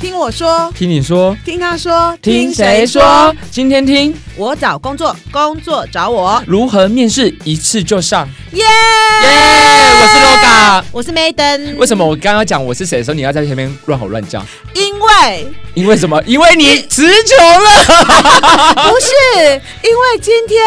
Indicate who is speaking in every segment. Speaker 1: 听我说，
Speaker 2: 听你说，
Speaker 1: 听他说，？？
Speaker 2: 今天听
Speaker 1: 我找工作，工作找我，
Speaker 2: 如何面试一次就上。
Speaker 1: 耶！
Speaker 2: 耶、我是 LOGA。
Speaker 1: 我是 Maiden。
Speaker 2: 为什
Speaker 1: 么？
Speaker 2: 么我刚刚讲我是谁的时候，你要在前面乱吼乱叫？
Speaker 1: 因为
Speaker 2: 因为 什么？因为你持久了。
Speaker 1: 不是， 因为今天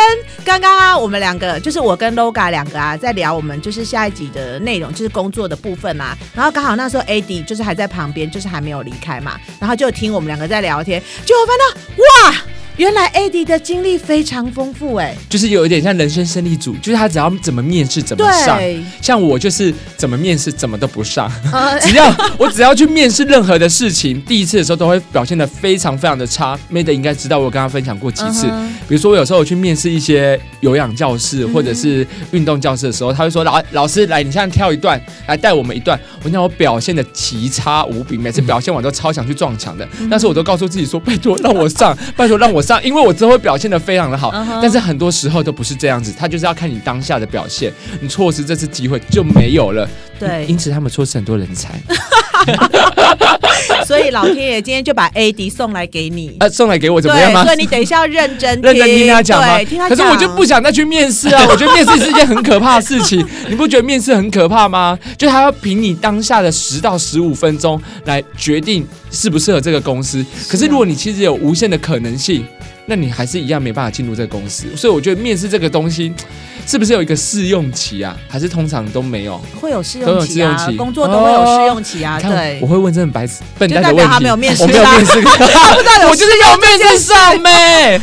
Speaker 1: 刚刚啊，我们两个就是我跟 LOGA 两个啊，在聊我们就是下一集的内容，就是工作的部分嘛。然后刚好那时候 AD 就是还在旁边，就是还没有离开嘛，然后就听我们两个在聊天，结果翻到哇，原来 AD 的经历非常丰富哎、
Speaker 2: 就是有一点像人生胜利组，就是他只要怎么面试怎么上。
Speaker 1: 对，
Speaker 2: 像我就是怎么面试怎么都不上，
Speaker 1: 呃，
Speaker 2: 只要我只要去面试任何的事情，第一次的时候都会表现得非常非常的差。Made 应该知道我跟他分享过几次，
Speaker 1: 嗯哼嗯
Speaker 2: 比如说，我有时候我去面试一些有氧教室或者是运动教室的时候，他会说：“老老师，来，你现在跳一段，来带我们一段。”我想我表现的奇差无比，
Speaker 1: 嗯
Speaker 2: 每次表现完都超想去撞墙的，但是我都告诉自己说：“拜托让我上，拜托让我上，因为我之后会表现的非常的好。
Speaker 1: 嗯哼
Speaker 2: 但是很多时候都不是这样子，他就是要看你当下的表现，你错失这次机会就没有了。
Speaker 1: 对
Speaker 2: 因，此他们错失很多人才。
Speaker 1: 所以老天爷今天就把 AD 送来给你。
Speaker 2: 啊，送来给我怎么样
Speaker 1: 对，
Speaker 2: 吗？
Speaker 1: 所以你等一下要认真
Speaker 2: 认真听他讲吗
Speaker 1: 对，听他？
Speaker 2: 可
Speaker 1: 讲。
Speaker 2: 是我就不想再去面试 啊！我觉得面试是一件很可怕的事情，你不觉得面试很可怕吗？就他要凭你当下的十到十五分钟来决定适不适合这个公司。
Speaker 1: 啊
Speaker 2: 可是如果你其实有无限的可能性，那你还是一样没办法进入这个公司。所以我觉得面试这个东西，是不是有一个试用期啊？还是通常都没有？
Speaker 1: 会有试
Speaker 2: 都
Speaker 1: 用
Speaker 2: 有
Speaker 1: 期
Speaker 2: 试
Speaker 1: 啊，
Speaker 2: 用期哦
Speaker 1: 工作都会有试用期啊，
Speaker 2: 你看
Speaker 1: 对
Speaker 2: 我，会问这种白痴笨
Speaker 1: 就
Speaker 2: 蛋的
Speaker 1: 代
Speaker 2: 问
Speaker 1: 表
Speaker 2: 题，
Speaker 1: 他没有面试啊
Speaker 2: 我没有
Speaker 1: 啦
Speaker 2: 面试过， 我就是没有面试上呗。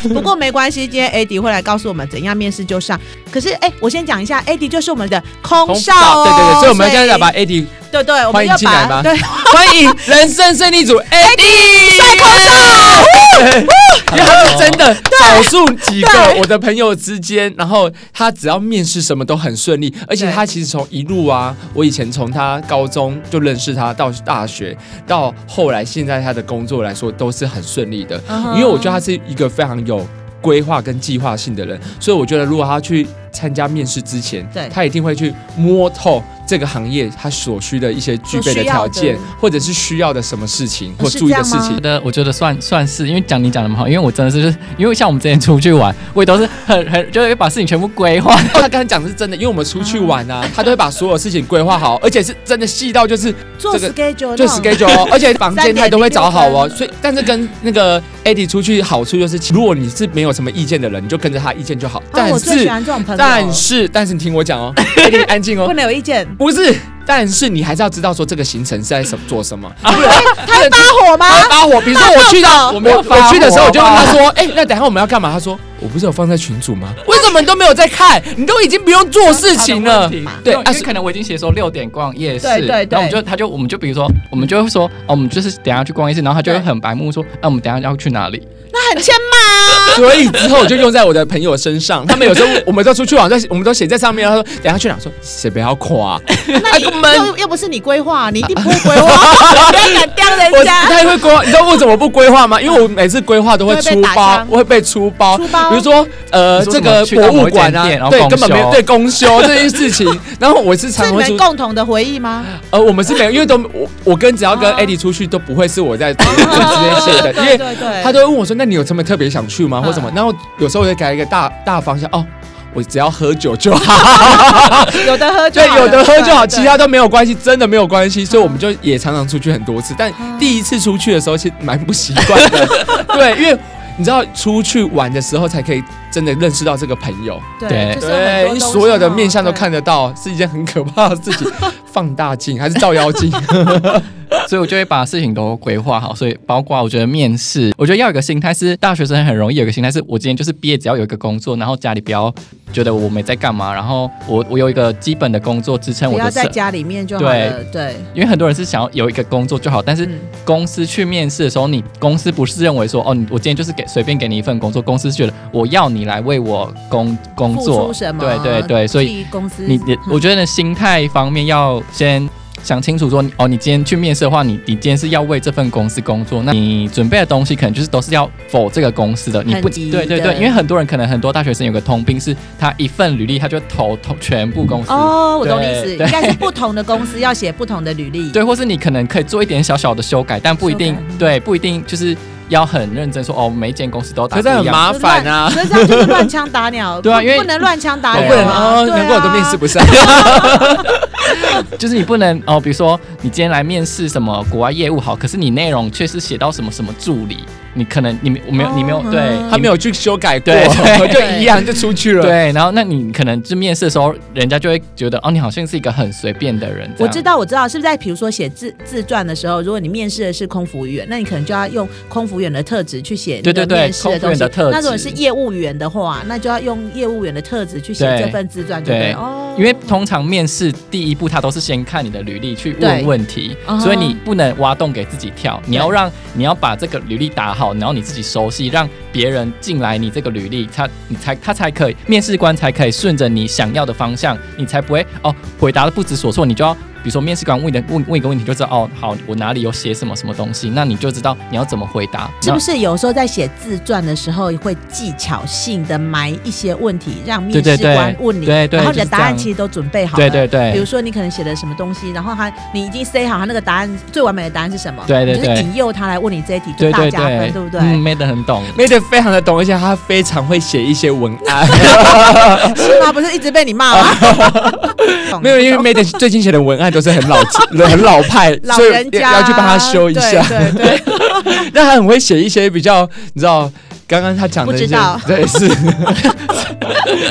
Speaker 1: 不过没关系，今天 AD 会来告诉我们怎样面试就上。可是哎，我先讲一下，AD 就是我们的空少哦，
Speaker 2: 对对对，所以我们现在要把 AD
Speaker 1: 对对，我
Speaker 2: 欢
Speaker 1: 们
Speaker 2: 迎
Speaker 1: 要
Speaker 2: 进来
Speaker 1: 把
Speaker 2: 吧
Speaker 1: 对
Speaker 2: 欢迎人生胜利组 AD 帅 空少，因为他是真的少数哦几个
Speaker 1: 对
Speaker 2: 我的朋友之间，然后他只要面试什么都很顺利，而且
Speaker 1: 对
Speaker 2: 他其实从一路啊，我以前从他高中就认识他，到大学，到后来现在他的工作来说都是很顺利的，
Speaker 1: 嗯哼
Speaker 2: 因为我觉得他是一个非常有。规划跟计划性的人，所以我觉得如果他去参加面试之前
Speaker 1: 对，
Speaker 2: 他一定会去摸透这个行业他所需的一些具备的条
Speaker 1: 所
Speaker 2: 件
Speaker 1: 需要，
Speaker 2: 或者是需要的什么事情或
Speaker 1: 是
Speaker 2: 注意的事
Speaker 1: 这样吗
Speaker 2: 情
Speaker 3: 觉。得我觉得算算是，因为讲你讲的蛮好，因为我真的是就是因为像我们之前出去玩，我也都是很很就是把事情全部规划。
Speaker 2: 他刚才讲的是真的，因为我们出去玩 啊，他都会把所有事情规划好，而且是真的细到就是
Speaker 1: 做
Speaker 2: 这个
Speaker 1: schedule
Speaker 2: 就
Speaker 1: 那种
Speaker 2: schedule，哦 而且房间他都会找好哦。
Speaker 1: 3.06
Speaker 2: 所以，但是跟那个 Eddie 出去好处就是，如果你是没有什么意见的人，你就跟着他意见就好。
Speaker 1: 啊，
Speaker 2: 但
Speaker 1: 我最喜
Speaker 2: 是，
Speaker 1: 欢这种朋友，
Speaker 2: 但是，但是你听我 讲哦，Eddie 安静
Speaker 1: 不
Speaker 2: 哦，
Speaker 1: 能有意 见，
Speaker 2: 不是，但是你还是要知道说这个行程是在什 做什么。
Speaker 1: 哎他会发 火吗？
Speaker 2: 他发火，比如说我去到
Speaker 3: 我
Speaker 2: 我
Speaker 3: 没有
Speaker 2: 我
Speaker 3: 发火
Speaker 2: 去的时候，我就问他说：“哎、那等一下我们要干嘛？”他说：“我不是有放在群组吗？为什么你都没有在看？你都已经不用做事情了。” 对
Speaker 3: 对，
Speaker 2: 啊
Speaker 3: 因为
Speaker 2: 是
Speaker 3: 可能我已经写说六点逛夜市，
Speaker 1: 对对对
Speaker 3: 然后我们就他就我们就比如说我们就会说哦，我们就是等一下去逛夜市，然后他就会
Speaker 1: 对
Speaker 3: 很白目说，啊那、我们等一下要去哪 里？
Speaker 1: 那很欠骂啊。
Speaker 2: 所以之后我就用在我的朋友身上，他们有时候我们都出去玩，在我们都写在上面。他说：“等一下去哪？”我说：“谁不要夸、
Speaker 1: 哎
Speaker 2: 哎
Speaker 1: 那你又又不是你规划，你一定不会规 划，不要敢刁
Speaker 2: 我
Speaker 1: 人家。
Speaker 2: 太会规划，你知道我怎么不规划吗？因为我每次规划都会
Speaker 1: 都会被
Speaker 2: 出
Speaker 1: 打
Speaker 2: 包
Speaker 1: 枪，
Speaker 2: 我会被出包。
Speaker 1: 出包
Speaker 2: 比如说呃，
Speaker 3: 你说
Speaker 2: 这
Speaker 3: 什么
Speaker 2: 个
Speaker 3: 去
Speaker 2: 博
Speaker 3: 到
Speaker 2: 物
Speaker 3: 某一间
Speaker 2: 馆啊
Speaker 3: 店然，后
Speaker 2: 对，
Speaker 3: 公
Speaker 2: 根本没有
Speaker 3: 休
Speaker 2: 对公休这件事 情。然后我是
Speaker 1: 是
Speaker 2: 常
Speaker 1: 你
Speaker 2: 会出
Speaker 1: 们共同的回忆 吗？
Speaker 2: 呃，我们是没有，因为都我我跟只要跟 Eddie 出去都不会是我在直接写 的，因为
Speaker 1: 啊对对
Speaker 2: 他都会问我说：“那你有什么特别想去吗？或什么
Speaker 1: 嗯？”
Speaker 2: 然后有时候我会改一个大大方向哦。我只要喝酒就好，
Speaker 1: 有的喝就
Speaker 2: 对，
Speaker 1: 好了，
Speaker 2: 有的喝就
Speaker 1: 对
Speaker 2: 好，
Speaker 1: 啊
Speaker 2: 其他都没有关系，真的没有关系。所以我们就也常常出去很多次，但
Speaker 1: 嗯
Speaker 2: 第一次出去的时候其实蛮不习惯的， 对，因为你知道出去玩的时候才可以真的认识到这个朋友，
Speaker 1: 对，就
Speaker 3: 对
Speaker 1: 是有很多
Speaker 2: 对
Speaker 1: 东
Speaker 2: 你
Speaker 1: 西
Speaker 2: 所有的
Speaker 1: 嘛
Speaker 2: 面相都
Speaker 1: 对
Speaker 2: 看得到，是一件很可怕的事情。放大镜还是照妖
Speaker 1: 啊
Speaker 2: 镜？
Speaker 3: 所以我就会把事情都规划好，所以包括我觉得面试，我觉得要有一个心态是大学生很容易有一个心态是，我今天就是毕业只要有一个工作，然后家里不要觉得我没在干嘛，然后我我有一个基本的工作支撑
Speaker 1: 不
Speaker 3: 我
Speaker 1: 要
Speaker 3: 的
Speaker 1: 在
Speaker 3: 生。
Speaker 1: 家里面就好了。对，
Speaker 3: 因为很多人是想要有一个工作就好，但是
Speaker 1: 嗯
Speaker 3: 公司去面试的时候，你公司不是认为说哦，你我今天就是给随便给你一份工作，公司是觉得我要你来为我工工
Speaker 1: 付
Speaker 3: 作
Speaker 1: 出什，么？嗯
Speaker 3: 对对对，所以
Speaker 1: 替公司
Speaker 3: 你你我觉得心态方面要先想清楚说，哦，你今天去面试的话，你你今天是要为这份公司工作，那你准备的东西可能就是都是要否这个公司的，你不
Speaker 1: 很急
Speaker 3: 对对
Speaker 1: 的
Speaker 3: 对，因为很多人可能很多大学生有个通病是，他一份履历他就投投全部公司。
Speaker 1: 哦，我懂你意思，
Speaker 3: 对
Speaker 1: 应
Speaker 3: 对
Speaker 1: 该是不同的公司要写不同的履历。
Speaker 3: 对，或是你可能可以做一点小小的修改，但不一定
Speaker 1: 修改，
Speaker 3: 对，不一定就是要很认真说哦，每一间公司都要打
Speaker 2: 可
Speaker 3: 不一
Speaker 2: 是很
Speaker 3: 样。
Speaker 2: 麻烦啊。
Speaker 1: 所以这样就是乱枪打 鸟。
Speaker 3: 对啊
Speaker 1: 不
Speaker 3: 因为
Speaker 1: 不能乱枪打
Speaker 2: 我
Speaker 1: 鸟啊。
Speaker 2: 不能哦，
Speaker 1: 对啊啊
Speaker 2: 难怪我都面试不上。
Speaker 3: 就是你不能哦，比如说你今天来面试什么国外业务好，可是你内容却是写到什么什么助理，你可能你没我没有你没有
Speaker 1: 哦
Speaker 3: 对，
Speaker 2: 他没有去修改过，
Speaker 3: 对
Speaker 2: 就一样就出去了。
Speaker 3: 对，然后那你可能就面试的时候，人家就会觉得哦，你好像是一个很随便的人。这
Speaker 1: 我
Speaker 3: 样
Speaker 1: 知道，我知道，是不是在比如说写自自传的时候，如果你面试的是空服员，那你可能就要用空服员的特质去写那
Speaker 3: 对
Speaker 1: 个
Speaker 3: 对对
Speaker 1: 面试的
Speaker 3: 空服
Speaker 1: 东
Speaker 3: 员
Speaker 1: 西
Speaker 3: 的。特
Speaker 1: 那如果是
Speaker 3: 质
Speaker 1: 业务员的话，那就要用业务员的特质去写
Speaker 3: 对
Speaker 1: 这份自传，对不对？
Speaker 3: 对
Speaker 1: 哦，
Speaker 3: 因为呃通常面试第一步，他都是先看你的履历去
Speaker 1: 对
Speaker 3: 问问题
Speaker 1: 嗯，哼
Speaker 3: 所以你不能挖洞给自己跳，你要
Speaker 1: 对
Speaker 3: 让你要把这个履历打好，然后你自己熟悉，让别人进来你这个履历，他你才他才可以面试官才可以顺着你想要的方向，你才不会哦回答的不知所措，你就要。比如说，面试官问的问问一个问题，就知道哦，好，我哪里有写什么什么东西，那你就知道你要怎么回答。
Speaker 1: 是不是有时候在写自传的时候会技巧性的埋一些问题，让面
Speaker 3: 对
Speaker 1: 试
Speaker 3: 对对
Speaker 1: 官问你，
Speaker 3: 对对
Speaker 1: 然后你的
Speaker 3: 就是
Speaker 1: 答
Speaker 3: 这
Speaker 1: 案
Speaker 3: 样
Speaker 1: 其实都准备好了。
Speaker 3: 对对对，
Speaker 1: 比如说你可能写的什么东西，然后他你已经 say 好他那个答案最完美的答案是什么，
Speaker 3: 对对
Speaker 1: 你就是
Speaker 3: 对
Speaker 1: 引诱他来问你这一题，就
Speaker 3: 对
Speaker 1: 大
Speaker 3: 对
Speaker 1: 加分，
Speaker 3: 对，
Speaker 1: 不对？
Speaker 3: 嗯，妹的很懂。
Speaker 2: Made 非常的懂，而且他非常会写一些文案。
Speaker 1: 是吗？不是一直被你骂吗？
Speaker 2: 没有，因为 Made 最近写的文案都是很老很老派，
Speaker 1: 老
Speaker 2: 所以
Speaker 1: 人家
Speaker 2: 要去帮他修一下。
Speaker 1: 对 对对，
Speaker 2: 但他很会写一些比较，你知道，刚刚他讲的一
Speaker 1: 不知
Speaker 2: 些
Speaker 1: 道，
Speaker 2: 对，是。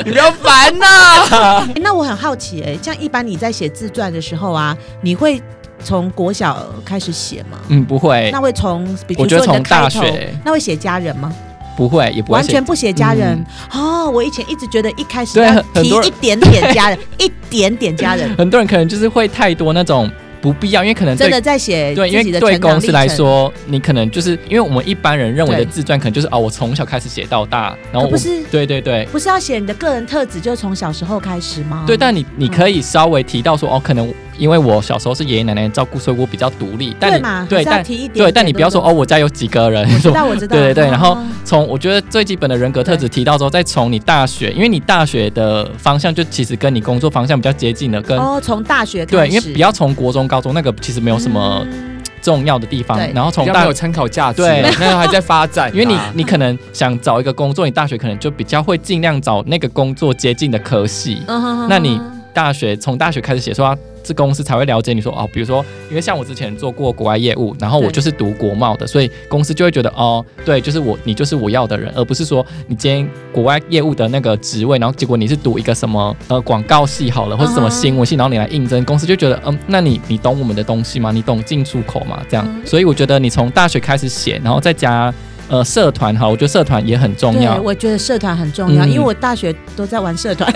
Speaker 2: 你不要烦呐、
Speaker 1: 哎那我很好奇、哎，像一般你在写自传的时候啊，你会从国小开始写吗？
Speaker 3: 嗯，不会
Speaker 1: 那，会从，比如
Speaker 3: 我觉
Speaker 1: 说
Speaker 3: 得
Speaker 1: 你的
Speaker 3: 从大
Speaker 1: 开头
Speaker 3: 学，
Speaker 1: 那会写家人吗？
Speaker 3: 不会，也不会
Speaker 1: 完
Speaker 3: 写嗯
Speaker 1: 全不写家人、哦。我以前一直觉得一开始
Speaker 3: 对
Speaker 1: 要
Speaker 3: 很很
Speaker 1: 提
Speaker 3: 多人
Speaker 1: 一点点家 人，一点点家人，
Speaker 3: 很多人可能就是会太多那种不必要，因为可能
Speaker 1: 真
Speaker 3: 对
Speaker 1: 的在写
Speaker 3: 对，因
Speaker 1: 自己
Speaker 3: 为
Speaker 1: 的
Speaker 3: 对
Speaker 1: 成长
Speaker 3: 公司来
Speaker 1: 历程，
Speaker 3: 说，你可能就是因为我们一般人认为的
Speaker 1: 对
Speaker 3: 自传，可能就是哦，我从小开始写到大，然后
Speaker 1: 可
Speaker 3: 我
Speaker 1: 不是
Speaker 3: 对对对。
Speaker 1: 不是要写你的个人特质，就从小时候开始吗？
Speaker 3: 对，但你
Speaker 1: 嗯
Speaker 3: 你可以稍微提到说哦，可能因为我小时候是爷爷奶奶照顾，所以我比较独立。但
Speaker 1: 对
Speaker 3: 你
Speaker 1: 嘛，还
Speaker 3: 对，
Speaker 1: 是要
Speaker 3: 但
Speaker 1: 提一点
Speaker 3: 对，但你不要说哦，，我家有几个人，
Speaker 1: 我知道我知道，
Speaker 3: 对对对
Speaker 1: 啊
Speaker 3: 然后 从我觉得最基本的人格特质提到之后，再从你大学，因为你大学的方向就其实跟你工作方向比较接近的，跟、
Speaker 1: 哦，从大学开
Speaker 3: 对，
Speaker 1: 始，
Speaker 3: 因为不要从国中、高中那个其实没有什么
Speaker 1: 嗯
Speaker 3: 重要的地方，
Speaker 1: 对
Speaker 3: 然后
Speaker 2: 从
Speaker 3: 从
Speaker 2: 大
Speaker 3: 大
Speaker 2: 有。参考价值，
Speaker 3: 对
Speaker 2: 那时候还在发展啊、
Speaker 3: 因为你，你可能想找一个工作，你大学可能就比较会尽量找那个工作接近的科系。
Speaker 1: 嗯哼哼
Speaker 3: 那你
Speaker 1: 哼
Speaker 3: 大学从大学开始写说、啊，这公司才会了解你说哦，比如说，因为像我之前做过国外业务，然后我
Speaker 1: 对
Speaker 3: 就是读国贸的，所以公司就会觉得哦，对，就是我你就是我要的人，而不是说你今天国外业务的那个职位，然后结果你是读一个什么呃广告系好了，或者什么
Speaker 1: 嗯哼
Speaker 3: 新闻系，然后你来应征，公司就觉得嗯，那你你懂我们的东西吗？你懂进出口吗？这样，
Speaker 1: 嗯
Speaker 3: 所以我觉得你从大学开始写，然后再加呃社团哈，我觉得社团也很重
Speaker 1: 对，
Speaker 3: 要。
Speaker 1: 我觉得社团很重要，
Speaker 3: 嗯
Speaker 1: 因为我大学都在玩社 团，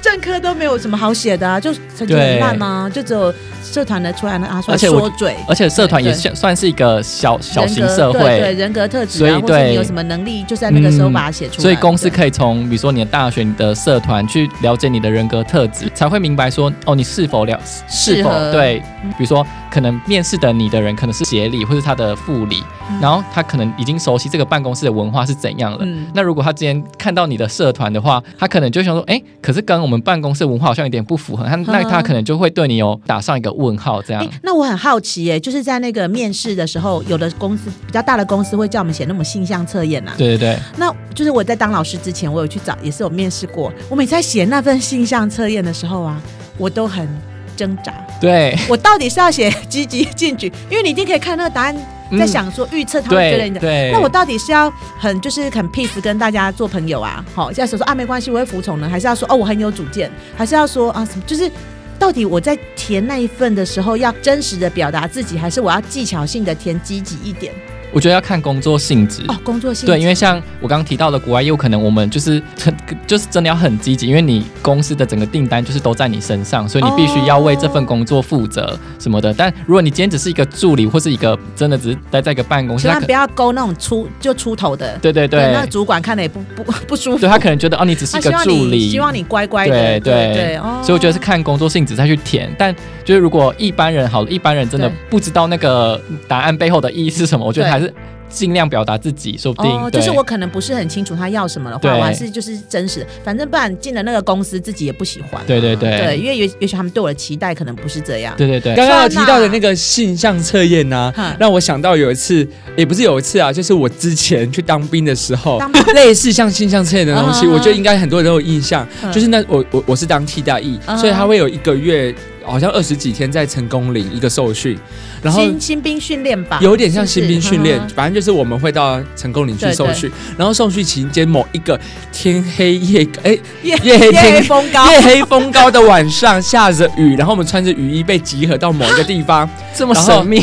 Speaker 1: 正科都没有什么好写的啊，就成绩很
Speaker 3: 对
Speaker 1: 烂啊，就只有社团的出来啊，出来
Speaker 3: 而且我
Speaker 1: 说嘴。
Speaker 3: 而且社团也
Speaker 1: 对
Speaker 3: 算算是一个小小型
Speaker 1: 人格
Speaker 3: 社会，
Speaker 1: 对对人格特质
Speaker 3: 所以
Speaker 1: 啊，或者
Speaker 3: 对
Speaker 1: 你有什么能力，就在那个时候
Speaker 3: 嗯
Speaker 1: 把它写出来。
Speaker 3: 所以公司
Speaker 1: 对
Speaker 3: 可以从比如说你的大学、你的社团去了解你的人格特质，才会明白说哦，你是否了是
Speaker 1: 适
Speaker 3: 否
Speaker 1: 合
Speaker 3: 对
Speaker 1: 嗯。
Speaker 3: 比如说，可能面试的你的人可能是协理或是他的副理，
Speaker 1: 嗯
Speaker 3: 然后他可能已经熟悉这个办公室的文化是怎样了。
Speaker 1: 嗯
Speaker 3: 那如果他之前看到你的社团的话，他可能就想说，哎，可是跟我们办公室文化好像有点不符合，他那
Speaker 1: 嗯
Speaker 3: 他可能就会对你有打上一个问号这 样
Speaker 1: 哎。，那我很好奇耶，就是在那个面试的时候，有的公司比较大的公司会叫我们写那种性向测验呐、啊。
Speaker 3: 对对对，
Speaker 1: 那就是我在当老师之前，我有去找，也是有面试过。我每次在写那份性向测验的时候啊，我都很挣扎，
Speaker 3: 对
Speaker 1: 我到底是要写积极进取，因为你一定可以看那个答案， 在
Speaker 3: 嗯
Speaker 1: 想说预测他会觉得
Speaker 3: 对
Speaker 1: 你的。
Speaker 3: 对。
Speaker 1: 那我到底是要很就是很 peace 跟大家做朋友啊？好，要是说啊没关系，我会服从呢，还是要说哦我很有主见，还是要说啊什么？就是到底我在填那一份的时候要真实的表达自己，还是我要技巧性的填积极一点？
Speaker 3: 我觉得要看工作性质。
Speaker 1: 哦，工作性
Speaker 3: 嗯对，因
Speaker 1: 为
Speaker 3: 为像我刚刚提到的国外业务，可能我们就是很就是真的要很积极，因为你公司的整个订单就是都在你身上，所以你必须要为这份工作负责什么的。但如果你今天只是一个助理或是一个真的只是待在一个办公室，
Speaker 1: 千
Speaker 3: 他
Speaker 1: 万
Speaker 3: 可
Speaker 1: 不要勾那种出就出头的，
Speaker 3: 对对
Speaker 1: 那
Speaker 3: 对，
Speaker 1: 主管看了也不不不舒服
Speaker 3: 对，他可能觉得哦，你只是
Speaker 1: 他
Speaker 3: 一
Speaker 1: 希
Speaker 3: 个
Speaker 1: 望
Speaker 3: 助
Speaker 1: 你
Speaker 3: 理，
Speaker 1: 希望你乖乖的，
Speaker 3: 对
Speaker 1: 对
Speaker 3: 对
Speaker 1: 对，哦
Speaker 3: 所以我觉得是看工作性质再去填。但就是如果一般人好了，一般人真的
Speaker 1: 对
Speaker 3: 不知道那个答案背后的意义是什么，我觉得
Speaker 1: 对
Speaker 3: 还是尽量表达自己，说不定、
Speaker 1: 哦，
Speaker 3: 对
Speaker 1: 就是我可能不是很清楚他要什么的话，
Speaker 3: 对
Speaker 1: 我还是就是真实的，反正不然进了那个公司自己也不喜欢啊、
Speaker 3: 对对
Speaker 2: 哎
Speaker 3: 对
Speaker 1: 对，因为也也许他们对我的期待可能不是这样。
Speaker 3: 对对对，
Speaker 2: 刚刚有提到的那个性向测验呢、
Speaker 1: 哼
Speaker 2: 让我想到有一次，也不是有一次啊，就是我之前去当兵的时候
Speaker 1: 当兵，
Speaker 2: 类似像性向测验的东西，
Speaker 1: 嗯
Speaker 2: 我觉得应该很多人都有印象。
Speaker 1: 嗯
Speaker 2: 就是那我我我是当替代役，
Speaker 1: 嗯
Speaker 2: 所以他会有一个月，好像二十几天在成功岭一个受训，然后
Speaker 1: 新新兵训练吧，
Speaker 2: 有点像
Speaker 1: 是
Speaker 2: 新
Speaker 1: 不是
Speaker 2: 兵训练
Speaker 1: 嗯，
Speaker 2: 反正就是我们会到成功岭去
Speaker 1: 对
Speaker 2: 受训，然后受训期间某一个天黑夜哎
Speaker 1: 夜
Speaker 2: 夜黑
Speaker 1: 夜
Speaker 2: 天
Speaker 1: 风高，
Speaker 2: 夜黑风高的晚上，下着雨，然后我们穿着雨衣被集合到某一个 地方，
Speaker 3: 这么
Speaker 2: 然后
Speaker 3: 神秘，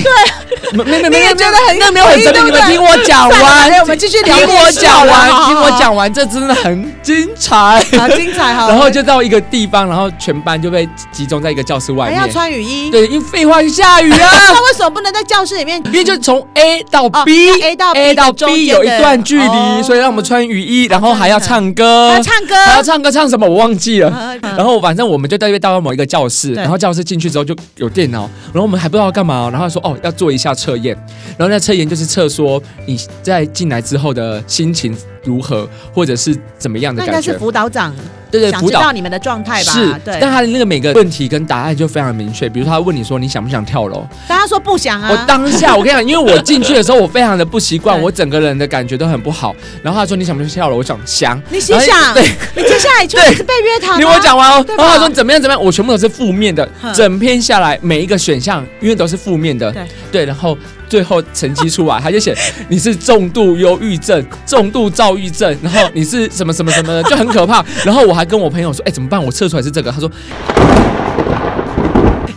Speaker 2: 没没没
Speaker 1: 你
Speaker 2: 没
Speaker 1: 也
Speaker 2: 有
Speaker 1: 觉得很
Speaker 2: 那没有很真的，你们听我讲
Speaker 1: 完，来
Speaker 2: 完，
Speaker 1: 我们继续聊
Speaker 2: 听我
Speaker 1: 面试好
Speaker 2: 讲
Speaker 1: 了。
Speaker 2: 完，听我
Speaker 1: 好，
Speaker 2: 讲完，这真的很精 彩。
Speaker 1: 好好精彩哈。
Speaker 2: 然后就到一个地方，然后全班就被集中在一个教室外
Speaker 1: 哎还要
Speaker 2: 面。
Speaker 1: 穿雨衣，
Speaker 2: 对，因为废话就下雨啊，
Speaker 1: 那为什么不能在教室里面？
Speaker 2: 因为就从 A 到
Speaker 1: 哦
Speaker 2: B、
Speaker 1: A 到 B
Speaker 2: A 到
Speaker 1: 的中
Speaker 2: B
Speaker 1: 间
Speaker 2: 有一
Speaker 1: 的
Speaker 2: 段距离，
Speaker 1: 哦
Speaker 2: 所以让我们穿雨衣，然后
Speaker 1: 这样
Speaker 2: 还要
Speaker 1: 子
Speaker 2: 唱歌，
Speaker 1: 还要唱歌，
Speaker 2: 还呃要唱歌唱什么我忘记了。
Speaker 1: 嗯嗯
Speaker 2: 然后反正我们就带被带到某一个教室，
Speaker 1: 对
Speaker 2: 然后教室进去之后就有电脑，然后我们还不知道干嘛哦，然后他说哦要做一下测验，然后那测验就是测说你在进来之后的心情如何，或者是怎么样的
Speaker 1: 那应
Speaker 2: 感
Speaker 1: 该是
Speaker 2: 觉，
Speaker 1: 辅导长
Speaker 2: 对对，
Speaker 1: 想
Speaker 2: 辅
Speaker 1: 知
Speaker 2: 导
Speaker 1: 道你们的状态吧？
Speaker 2: 是，
Speaker 1: 对
Speaker 2: 但。他的那个每个问题跟答案就非常明确，比如说他问你说你想不想跳楼，
Speaker 1: 但他说不想啊，
Speaker 2: 我当下我跟你讲，因为我进去的时候我非常的不习惯，
Speaker 1: 对
Speaker 2: 我整个人的感觉都很不好，然后他说你想不想跳楼，我想想，
Speaker 1: 你心
Speaker 2: 然后
Speaker 1: 想，
Speaker 2: 哎对。
Speaker 1: 你接下来就是被约谈、啊。
Speaker 2: 听我讲完哦，
Speaker 1: 对
Speaker 2: 然
Speaker 1: 吧
Speaker 2: 后他说怎么样怎么样，我全部都是负面的
Speaker 1: 哼，
Speaker 2: 整篇下来每一个选项因为都是负面的
Speaker 1: 对，
Speaker 2: 对，然后最后成绩出来，他就写你是重度忧郁症、重度躁郁症，然后你是什么什么什么的，就很可怕。 然后我还跟我朋友说，哎，怎么办？我测出来是这个，他说。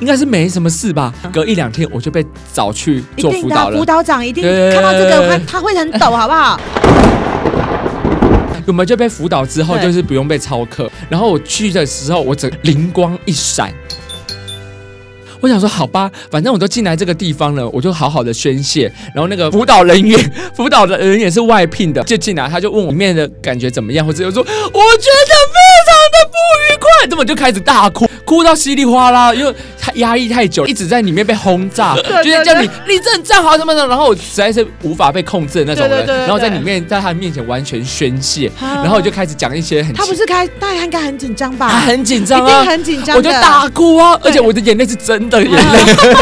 Speaker 2: 应该是没什么事吧，隔一两天我就被找去
Speaker 1: 嗯一
Speaker 2: 做
Speaker 1: 定
Speaker 2: 辅
Speaker 1: 的
Speaker 2: 导
Speaker 1: 啊，
Speaker 2: 了
Speaker 1: 辅。导长一定
Speaker 2: 对
Speaker 1: 看到这个，他他会很抖，好不 好？
Speaker 2: 我们就被辅导之后，
Speaker 1: 对
Speaker 2: 就是不用被操课。然后我去的时候，我整灵光一闪，我想说好吧，反正我都进来这个地方了，我就好好的宣泄。然后那个辅导人员，辅导的人也是外聘的，就进来他就问我里面的感觉怎么样，或者我说我觉得非常的不愉快，那么就开始大哭，哭到稀里哗啦，因为他压抑太久，一直在里面被轰炸，
Speaker 1: 对
Speaker 2: 就是叫你立正站好什么的。然后我实在是无法被控制的那种人，
Speaker 1: 对对对对
Speaker 2: 然后在里面在他的面前完全宣泄。
Speaker 1: 然
Speaker 2: 然后我就开始讲一些很
Speaker 1: 啊他不
Speaker 2: 奇，
Speaker 1: 是开，那他应该很紧张 吧？
Speaker 2: 他很紧
Speaker 1: 一
Speaker 2: 张啊
Speaker 1: 定，很紧张的。啊
Speaker 2: 我就大哭啊，而且我的眼泪是真的眼泪，